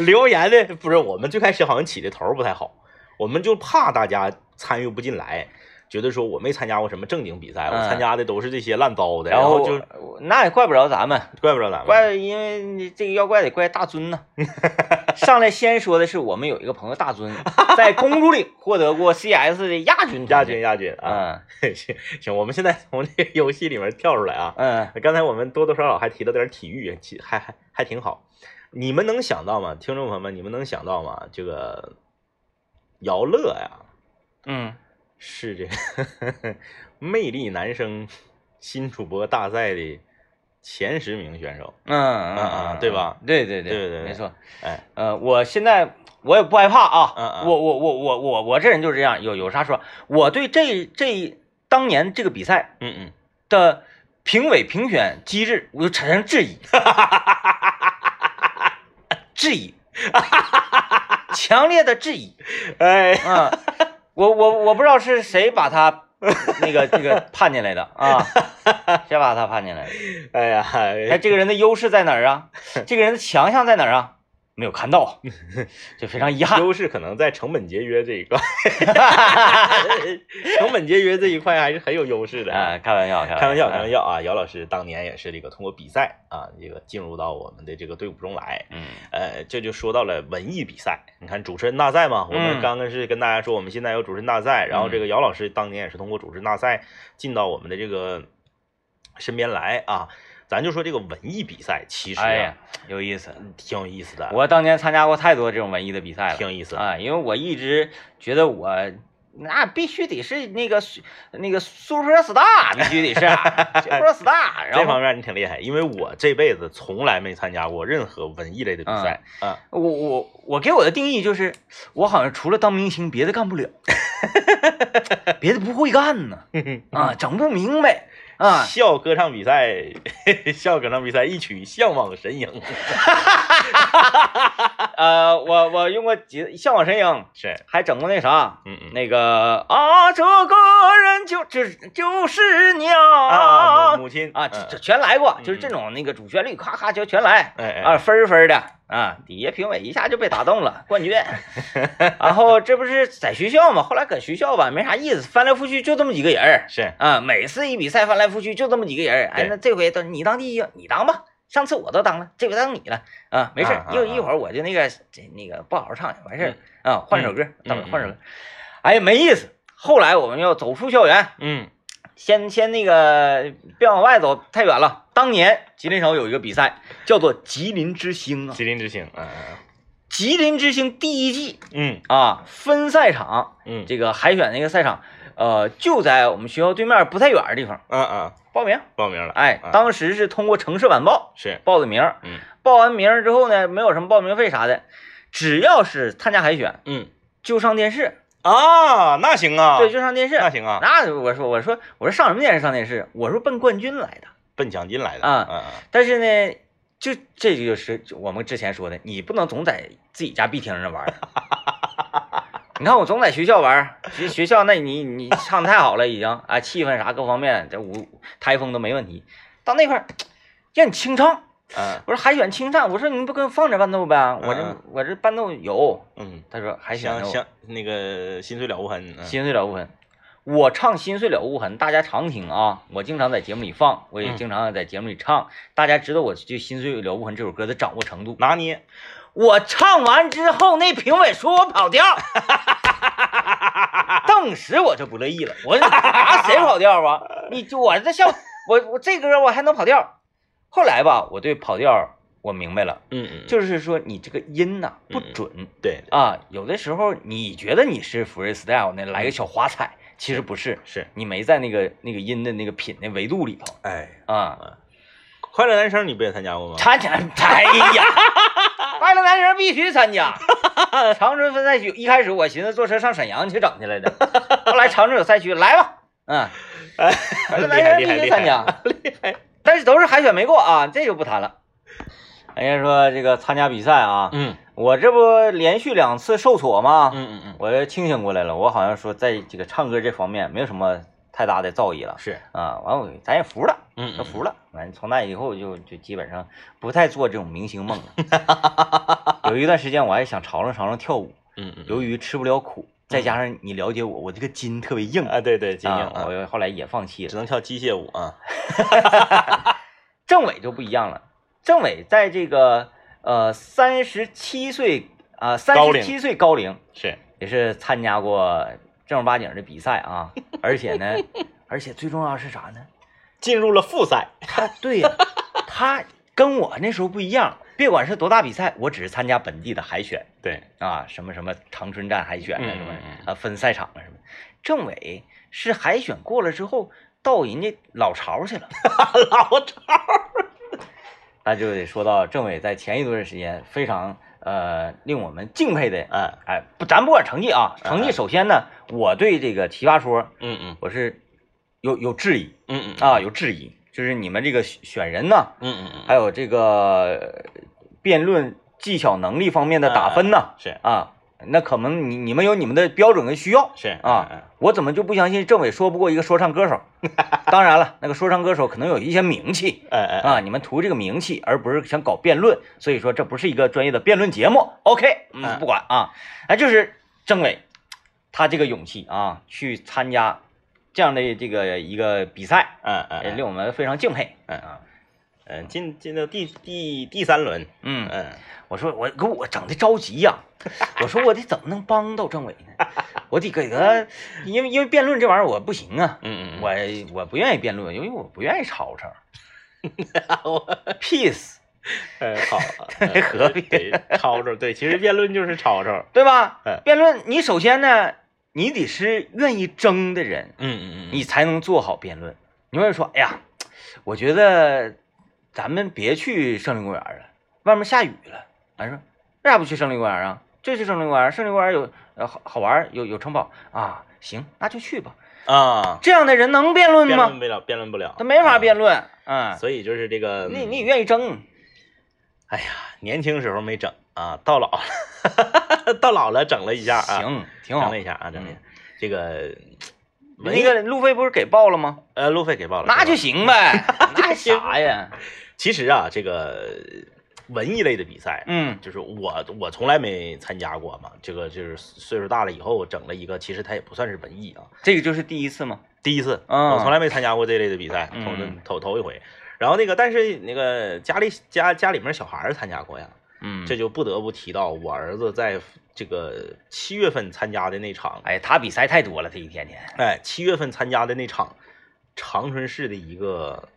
留言的不是我们最开始好像起的头儿不太好，我们就怕大家参与不进来，觉得说我没参加过什么正经比赛，
嗯
我参加的都是这些烂糟的，
然
然后
后
就
那也怪不着咱们，
怪不着咱们。
怪因为你这个要怪得怪大尊 呢。上来先说的是我们有一个朋友大尊，在公主岭获得过 CS 的亚军，
亚军。亚军啊！
嗯
行行，我们现在从这个游戏里面跳出来啊。
嗯
刚才我们多多少少还提到点体育，其还还还挺好。你们能想到吗，听众朋友们？你们能想到吗？这个姚乐呀、
嗯，
是这个 魅力男生新主播大赛的前十名选手。
嗯嗯
啊对吧？
对对
对对对
没错。
哎，
呃，我现在我也不害怕啊，
嗯嗯
我我我我我我这人就是这样，有有啥说。我对这这当年这个比赛
嗯嗯，
的评委评选机制，我就产生质 疑，质疑，强烈的质疑
哎，
啊！我我我不知道是谁把他那个那个判进来的 啊，谁把他判进来的？
哎呀，
哎，这个人的优势在哪儿 啊？这个人的强项在哪儿啊？没有看到，就非常遗憾。
优势可能在成本节约这一 块，成本节约这一块还是很有优势的。
啊，开玩笑，
开玩笑，开
开
玩。笑啊！姚老师当年也是这个通过比赛啊，这个进入到我们的这个队伍中来。
嗯
呃，这就说到了文艺比赛。你看主持人大赛嘛，我们
嗯
刚刚是跟大家说，我们现在有主持人大赛，然后这个姚老师当年也是通过主持人大赛进到我们的这个身边来啊。咱就说这个文艺比赛，其实、啊
哎呀，有意思。
挺有意思的，
我当年参加过太多这种文艺的比赛了，
挺有意思的。
啊，因为我一直觉得我那必须得是那个那个 super star，必须得是啊 super star，
这
然
方
后
面你挺厉害，因为我这辈子从来没参加过任何文艺类的比赛。嗯，
我我我给我的定义就是，我好像除了当明星，别的干不了。别的不会干呢， 啊，整不明白啊，
校歌唱比赛， 校歌唱比赛一曲《向往神鹰》
呃，我我用过几《向往神鹰》，
是，
还整过那啥，
嗯嗯，
那个啊，这个人就就就是
啊，
娘
母母亲
啊，这
嗯
这全来过，
嗯
就是这种那个主旋律，咔咔就全来。
哎哎
啊，分儿分儿的啊，底下评委一下就被打动了，冠 军。然后这不是在学校嘛，后来搁学校吧没啥意思，翻来覆去就这么几个人儿
是，
啊，每次一比赛翻来覆去就这么几个人儿。哎，
对
那这回都你当第一，你当吧。上次我都当了，这回当你了啊，没事儿
啊，啊
一会儿
啊
一会儿我就那个这那个不好好唱完事儿
嗯
啊，换首歌，等
嗯
会儿换首歌。哎呀，没意思。后来我们要走出校园，
嗯
先先那个别往外走太远了。当年吉林省有一个比赛叫做吉林之星啊，
吉林之星，嗯
吉林之星第一季
嗯
啊，分赛场
嗯嗯
这个海选那个赛场，呃，就在我们学校对面不太远的地方
嗯嗯，
报名。
报名了，
哎
啊，
当时是通过《城市晚报
是》，
报的名，
嗯
报完名之后呢，没有什么报名费啥的，只要是参加海选
嗯
就上电视，
啊，那行啊，
对，就上电视。
那行啊，
那我说我说我说上什么电视上电视？我说奔冠军来的。
奔奖金来的，
啊
嗯嗯
但是呢，就这就是我们之前说的，你不能总在自己家壁厅上玩儿。你看我总在学校玩儿，学学校那你你唱得太好了已经啊，气氛啥各方面这舞台风都没问题。到那块儿让你清唱，
嗯
我说海选清唱，我说你不给我放着伴奏呗？我这
嗯
我这伴奏有，
嗯，
他说海选
像
有
像那个心碎了无痕，嗯
心碎了无痕。我唱《心碎了无痕》，大家常听啊，我经常在节目里放，我也
嗯
经常在节目里唱，大家知道我对《心碎了无痕》这首歌的掌握程度。
拿捏，
我唱完之后，那评委说我跑 调，顿时我就不乐意了。我说啊，谁跑调啊？你就我这像我我这歌我还能跑调？后来吧，我对跑调我明白了，
嗯嗯，
就是说你这个音呐、不
嗯
准
对，
啊，有的时候你觉得你是 freestyle 那来个小华彩，
嗯
其实不是，
是，
你没在那个那个音的那个品的维度里头
哎，
啊。
快乐男声你不也参加过吗？
参加，哎呀，快乐男人必须参 加。长春分赛区一开始我寻思坐车上沈阳去整去来的，后来长春有赛区，来吧，嗯，
哎，
快乐
厉害
男人
厉害
必须
厉
参
害，
加，但是都是海选没过啊，这就不谈了。人家说这个参加比赛啊，
嗯
我这不连续两次受挫吗？
嗯嗯嗯，
我清醒过来了，我好像说在这个唱歌这方面没有什么太大的造诣了
是，
啊，完我咱也服了。
嗯
他
嗯
服了。完，从那以后就就基本上不太做这种明星梦了。 有一段时间我还想尝尝尝尝跳舞，
嗯嗯，
由于吃不了苦，再加上你了解我，我这个筋特别硬，
啊，对对，金英
啊，
啊，
我后来也放弃
只
了。
能跳机械舞啊，
政委就不一样了，政委在这个呃三十七岁啊
高
三十
龄
七岁高龄
是，
也是参加过正儿八经的比赛 啊，而且呢，而且最重要是啥呢？
进入了复赛，
他对 呀、他跟我那时候不一样。别管是多大比赛，我只是参加本地的海选
对，
啊，什么什么长春站海选啊，
嗯
什么
嗯嗯
啊分赛场啊什么。政委是海选过了之后到人家老巢去了，
老赵，
那就得说到政委在前一段时间非常呃令我们敬佩的，
哎，
哎，不，咱不管成绩啊，成
嗯
绩
嗯
首先呢，我对这个奇葩说
嗯嗯
我是有有质疑
嗯嗯
啊，，有质疑，就是你们这个选选人呢。
嗯嗯
还
嗯，
有这个呃辩论技巧能力方
嗯
面的打分呢，
是
啊，那可能你你们有你们的标准跟需要
是嗯
啊，，我怎么就不相信政委说不过一个说唱歌手？ 当然了，那个说唱歌手可能有一些名气
哎哎哎，
啊，你们图这个名气，而不是想搞辩论，所以说这不是一个专业的辩论节目。OK，嗯，
嗯
不管啊，哎，就是政委他这个勇气啊，去参加这样的这个一个比赛，
嗯
也
嗯
令我们非常敬佩。啊
嗯嗯，进进到第第第三轮，
嗯，
嗯，
我说我给我整的着急呀、我说我得怎么能帮到政委呢？我得给他，因为因为辩论这玩意儿我不行啊，
嗯嗯，
我我不愿意辩论，因为我不愿意吵吵。peace，
哎好， 对，吵吵，对，其实辩论就是吵吵，
对吧
嗯？
辩论你首先呢，你得是愿意争的人，
嗯嗯嗯，
你才能做好辩论。你会说，哎呀，我觉得哎咱们别去胜利公园了，外面下雨了。俺说为啥不去胜利公园啊？这是胜利公园，胜利公园有呃好好玩，有有城堡啊，行，那就去吧。
啊，
这样的人能辩论
辩
吗？
论不啊了，辩论不了，
他没法辩
论。
论，嗯，
所以就是这个，
你你
嗯
愿意争，
哎呀，年轻时候没整啊，到老了， 到老了整了一下啊，
行，挺
整
好
了。一下啊，整了一下
嗯
这个
那
文艺
个路费不是给报了吗？
呃路费给报了，
那
给报
就
了
行 呗，那还啥呀？
其实啊，这个文艺类的比赛，
嗯
就是我我从来没参加过嘛，这个就是岁数大了以后我整了一个，其实它也不算是文艺啊，
这个就是第一次嘛。
第一次，
嗯
我从来没参加过这类的比赛，
嗯
头头头一回。然后那个，但是那个家里家家里面小孩儿参加过呀，
嗯，
这就不得不提到我儿子在这个七月份参加的那场，
哎，他比赛太多了，他一天天。
哎，七月份参加的那场长春市的一个，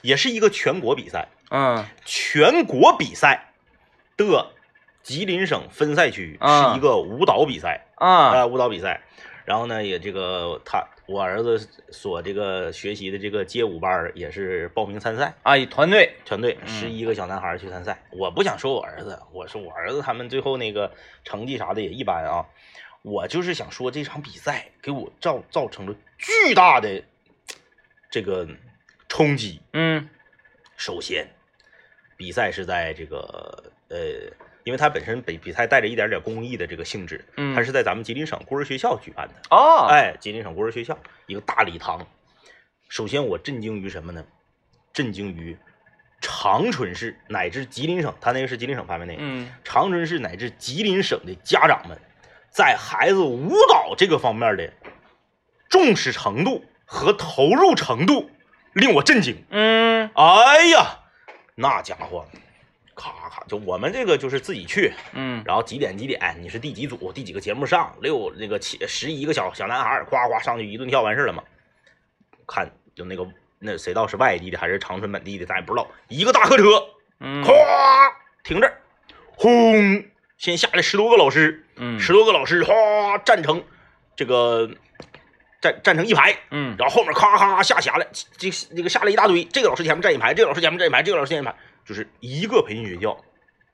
也是一个全国比赛，
嗯
全国比赛的吉林省分赛区
啊
是一个舞蹈比赛哎
啊，
舞蹈比赛。然后呢，也这个他我儿子所这个学习的这个街舞班儿也是报名参赛，
啊，一团队
团队十一个小男孩儿去参赛。我不想说我儿子，我说我儿子他们最后那个成绩啥的也一般啊。我就是想说这场比赛给我造造成了巨大的这个冲击。
嗯
首先，比赛是在这个呃，因为它本身比比赛带着一点点公益的这个性质，
嗯
它是在咱们吉林省孤儿学校举办的。
哦，
哎，吉林省孤儿学校一个大礼堂。首先，我震惊于什么呢？震惊于长春市乃至吉林省，它那个是吉林省范围内，
嗯
长春市乃至吉林省的家长们在孩子舞蹈这个方面的重视程度和投入程度令我震惊。
嗯
哎呀，那家伙，咔咔，就我们这个就是自己去，
嗯
然后几点几点你是第几组第几个节目上，六那个七十一个小小男孩儿，夸夸上去一顿跳完事儿了嘛。看就那个那谁道是外地的还是长春本地的，咱也不知道。一个大客车，
嗯
咵停这儿，轰，先下来十多个老师，
嗯
十多个老师哗站成这个站站成一排，
嗯
然后后面咔咔咔下下来，这这这个下来一大堆，这个老师前面站一排，这个老师前面站一排，这个老师前面站一排，就是一个培训学校，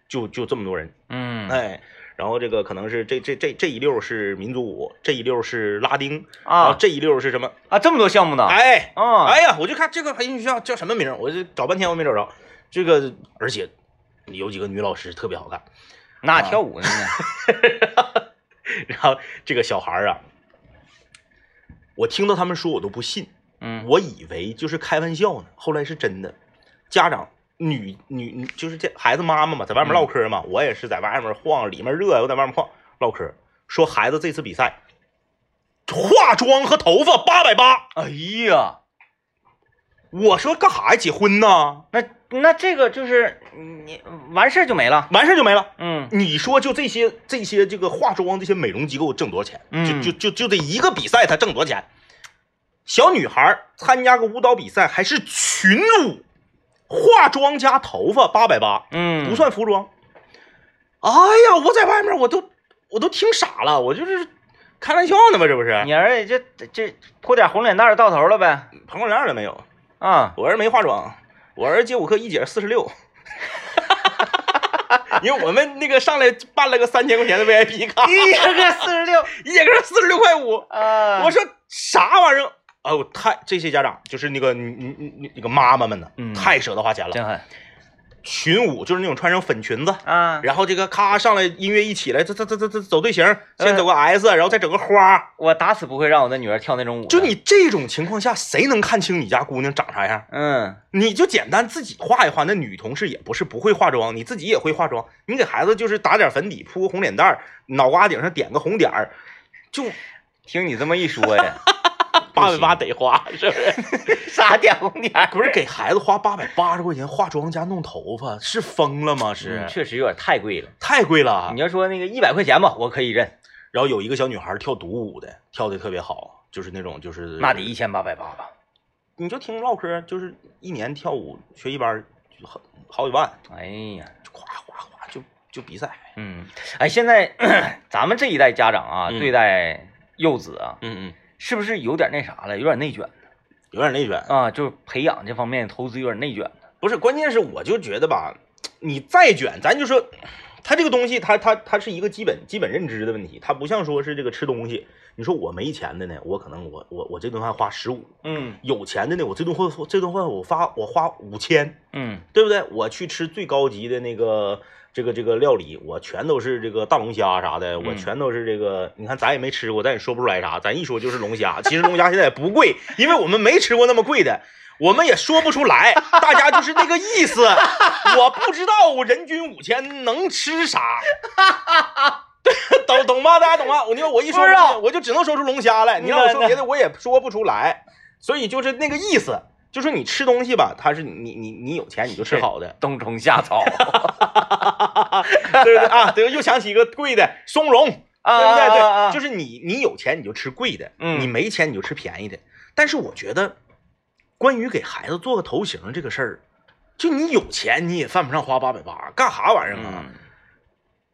就就这么多人，
嗯
哎，然后这个可能是这这这这一溜儿是民族舞，这一溜儿是拉丁，然后
啊
这一溜儿是什么？
啊，这么多项目呢？
哎，
啊，
哎呀，我就看这个培训学校啊叫什么名儿，我就找半天我没找着，这个而且有几个女老师特别好看，
那跳舞呢？
然后这个小孩儿啊，我听到他们说我都不信。
嗯
我以为就是开玩笑呢，后来是真的。家长女女女就是这孩子妈妈嘛，在外面唠嗑嘛，我也是在外面晃，里面热，我在外面晃唠嗑，说孩子这次比赛化妆和头发八百八，
哎呀，
我说干啥呀？结婚呢？
那那这个就是你完事儿就没了。
完事儿就没了。
嗯
你说就这些这些这个化妆这些美容机构挣多少钱？
嗯
就就就就这一个比赛，他挣多少钱？小女孩儿参加个舞蹈比赛，还是群舞，化妆加头发八百八，
嗯，
不算服装。哎呀，我在外面我都我都听傻了，我就是开玩笑呢嘛，这不是？
你儿子这这泼点红脸蛋儿到头了呗？
朋友链了没有？
啊，
我儿没化妆，我儿街舞课一节四十六。 因为我们那个上来办了个三千块钱的 VIP 卡，
一个四十六
一节课四十六块五。
啊，
我说啥玩意儿？哎呦，太这些家长就是那个你你你那个妈妈们呢，
嗯
太舍得花钱了。
真狠
群舞就是那种穿上粉裙子，
啊！
然后这个咔上来音乐一起来，这这这这这走队形，先走个 S，、然后再整个花。
我打死不会让我的女儿跳那种舞的。
就你这种情况下，谁能看清你家姑娘长啥样？
嗯
你就简单自己画一画，那女同事也不是不会化妆，你自己也会化妆，你给孩子就是打点粉底，铺个红脸蛋儿，脑瓜顶上点个红点儿，就
听你这么一说呀，
八百八得花，是不是？
啥点红点儿？
不是给孩子花八百八十块钱化妆加弄头发，是疯了吗？是、
嗯确实有点太贵了。
太贵了
你。要说那个一百块钱吧，我可以认，
然后有一个小女孩跳独舞的，跳的特别好，就是那种就是
那得一千八百八吧？
你就听唠嗑，就是一年跳舞学一班儿就好好几万，
哎呀，
就哗哗哗就就比赛。
嗯，哎，现在 咱们这一代家长啊，
嗯
对待幼子啊，
嗯嗯，
是不是有点那啥了？有点内卷
有点内卷。
啊，就是培养这方面投资有点内卷。
不是，关键是我就觉得吧，你再卷，咱就说它这个东西，它它它是一个基本基本认知的问题，它不像说是这个吃东西，你说我没钱的呢，我可能我我我这顿饭花十五，
嗯
有钱的呢，我这顿饭这顿饭我发我花五千，
嗯
对不对？我去吃最高级的那个这个这个料理，我全都是这个大龙虾啥的，我
嗯
全都是这个。你看咱也没吃过，咱也说不出来啥，咱一说就是龙虾。其实龙虾现在也不贵，因为我们没吃过那么贵的。我们也说不出来，大家就是那个意思。我不知道我人均五千能吃啥，对，懂懂吗？大家懂吗？我你看我一说
不知道
我就只能说出龙虾来，你让我说别的我也说不出来，所以就是那个意思。就是你吃东西吧，它是你你你有钱你就吃好的，
冬虫夏 草
对不 对啊？对，又想起一个贵的松茸，对
啊
不对？
啊啊
对，就是你你有钱你就吃贵的，
嗯
你没钱你就吃便宜的。但是我觉得，关于给孩子做个头型这个事儿，就你有钱你也犯不上花八百八，干啥玩意儿啊？
嗯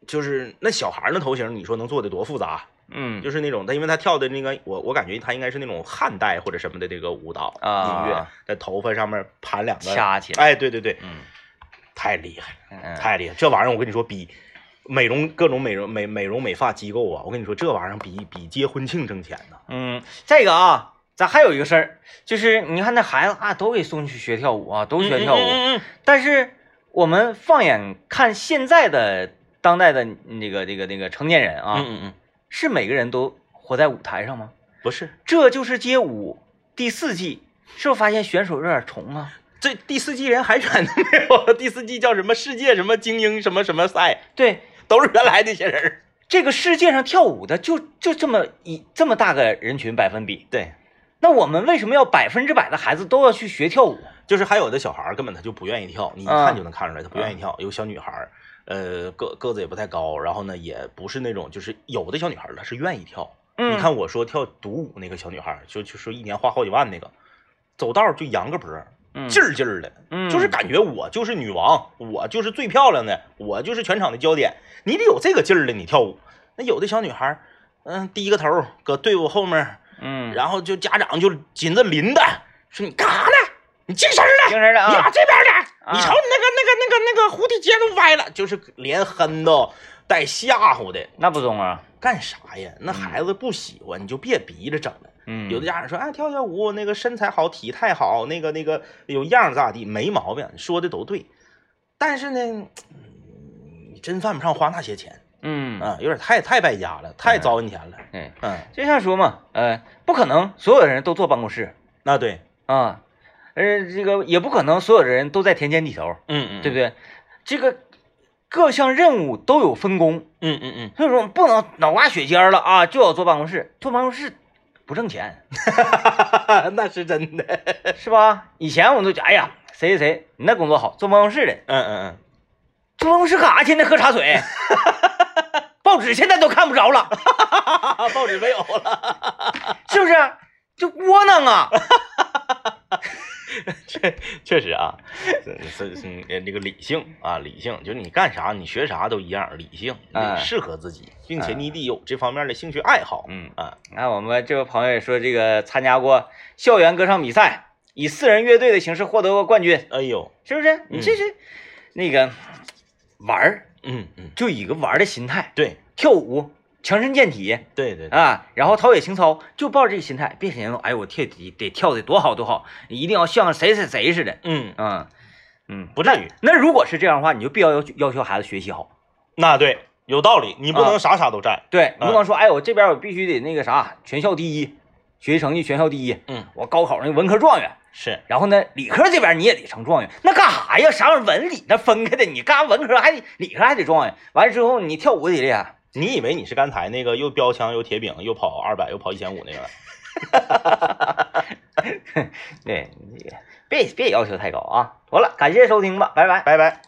就是那小孩儿那头型，你说能做的多复杂？
嗯
就是那种他，因为他跳的那个，我我感觉他应该是那种汉代或者什么的这个舞蹈
啊
音乐，在头发上面盘两个，
掐起来，
哎，对对对，
嗯
太厉害了，
嗯
太厉害！这玩意儿我跟你说，比美容各种美容美美容美发机构啊，我跟你说，这玩意儿比比结婚庆挣钱呢。
嗯，这个啊，咱还有一个事儿，就是你看那孩子啊，都给送去学跳舞啊，都学跳舞，
嗯嗯
但是我们放眼看现在的当代的那个这个那个成年人啊，
嗯嗯嗯，
是每个人都活在舞台上吗？
不是，
这就是街舞第四季，是不是发现选手有点重啊？
这第四季人还远都没有， 第四季叫什么世界什么精英什么什么赛，
对，
都是原来那些人儿。
这个世界上跳舞的就就这么一这么大个人群百分比，
对，
那我们为什么要百分之百的孩子都要去学跳舞？
就是还有的小孩儿根本他就不愿意跳，你一看就能看出来他不愿意跳。有小女孩儿，呃，个个子也不太高，然后呢，也不是那种就是有的小女孩儿她是愿意跳。
嗯，
你看我说跳独舞那个小女孩儿，就就说一年花好几万那个，走道儿就扬个脖儿，
嗯
劲儿劲儿的，
嗯
就是感觉我就是女王，我就是最漂亮的，我就是全场的焦点。你得有这个劲儿的，你跳舞。那有的小女孩儿，嗯，低个头儿搁队伍后面儿，
嗯，
然后就家长就紧着琳达，说你干啥呢？你近身儿来。
精神的
你
啊
往，这边点，
啊
你瞅你那个那个那个那个蝴蝶结都歪了，就是连哼都带吓唬的，
那不中啊，
干啥呀？那孩子不喜欢，你就别逼着整了。
嗯，
有的家长说，哎，跳跳舞，那个身材好，体态好，那个那个有样儿咋地，没毛病，说的都对。但是呢，嗯你真犯不上花那些钱
嗯
啊，有点太太败家了，太糟践钱了。
对，
嗯，
就像说嘛，呃，不可能所有人都坐办公室
那对，
啊，呃，这个也不可能所有的人都在田间地头，
嗯嗯，
对不对？这个各项任务都有分工，
嗯嗯嗯，
所以说我们不能脑瓜血尖儿了啊，就要坐办公室，坐办公室不挣 钱，
嗯那是真的。
是吧？以前我们都觉得，哎呀，谁谁谁，你那工作好，坐办公室的，
嗯嗯嗯，
坐办公室干啥？天天喝茶 水，报纸现在都看不着了，
哈哈，啊报纸没有了。
是不是？就窝囊啊！
确确实啊， 是是嗯，呃这个理性啊，理性就是你干啥你学啥都一样，理性，你
哎
得适合自己，并且
哎
你得有这方面的兴趣爱好。
嗯
啊，
你看我们这位朋友也说，这个参加过校园歌唱比赛，以四人乐队的形式获得过冠军，
哎呦，
是不是？你这是、那个玩儿，
嗯嗯，
就以一个玩儿的心态，
对
跳舞强身健体
对对，对
啊，然后陶冶情操，就抱着这个心态，别寻思，哎呦，我跳得得跳得多好多好，一定要像谁谁谁似的，
嗯，
嗯嗯。
不至于。
那如果是这样的话，你就必要要求要求孩子学习好，
那对，有道理，你不
啊
能啥啥都占。
对你不
嗯
能说，哎，我这边我必须得那个啥，全校第一，学习成绩全校第一，
嗯，
我高考那文科状元。
是，
然后呢，理科这边你也得成状元，那干啥呀？啥玩意儿文理那分开的？你干啥文科还得理科还得状元？完了之后你跳舞得厉害，
你以为你是刚才那个又标枪又铁饼又跑二百又跑一千五那个？
对，你别别要求太高啊。妥了，感谢收听吧，拜拜。
拜拜。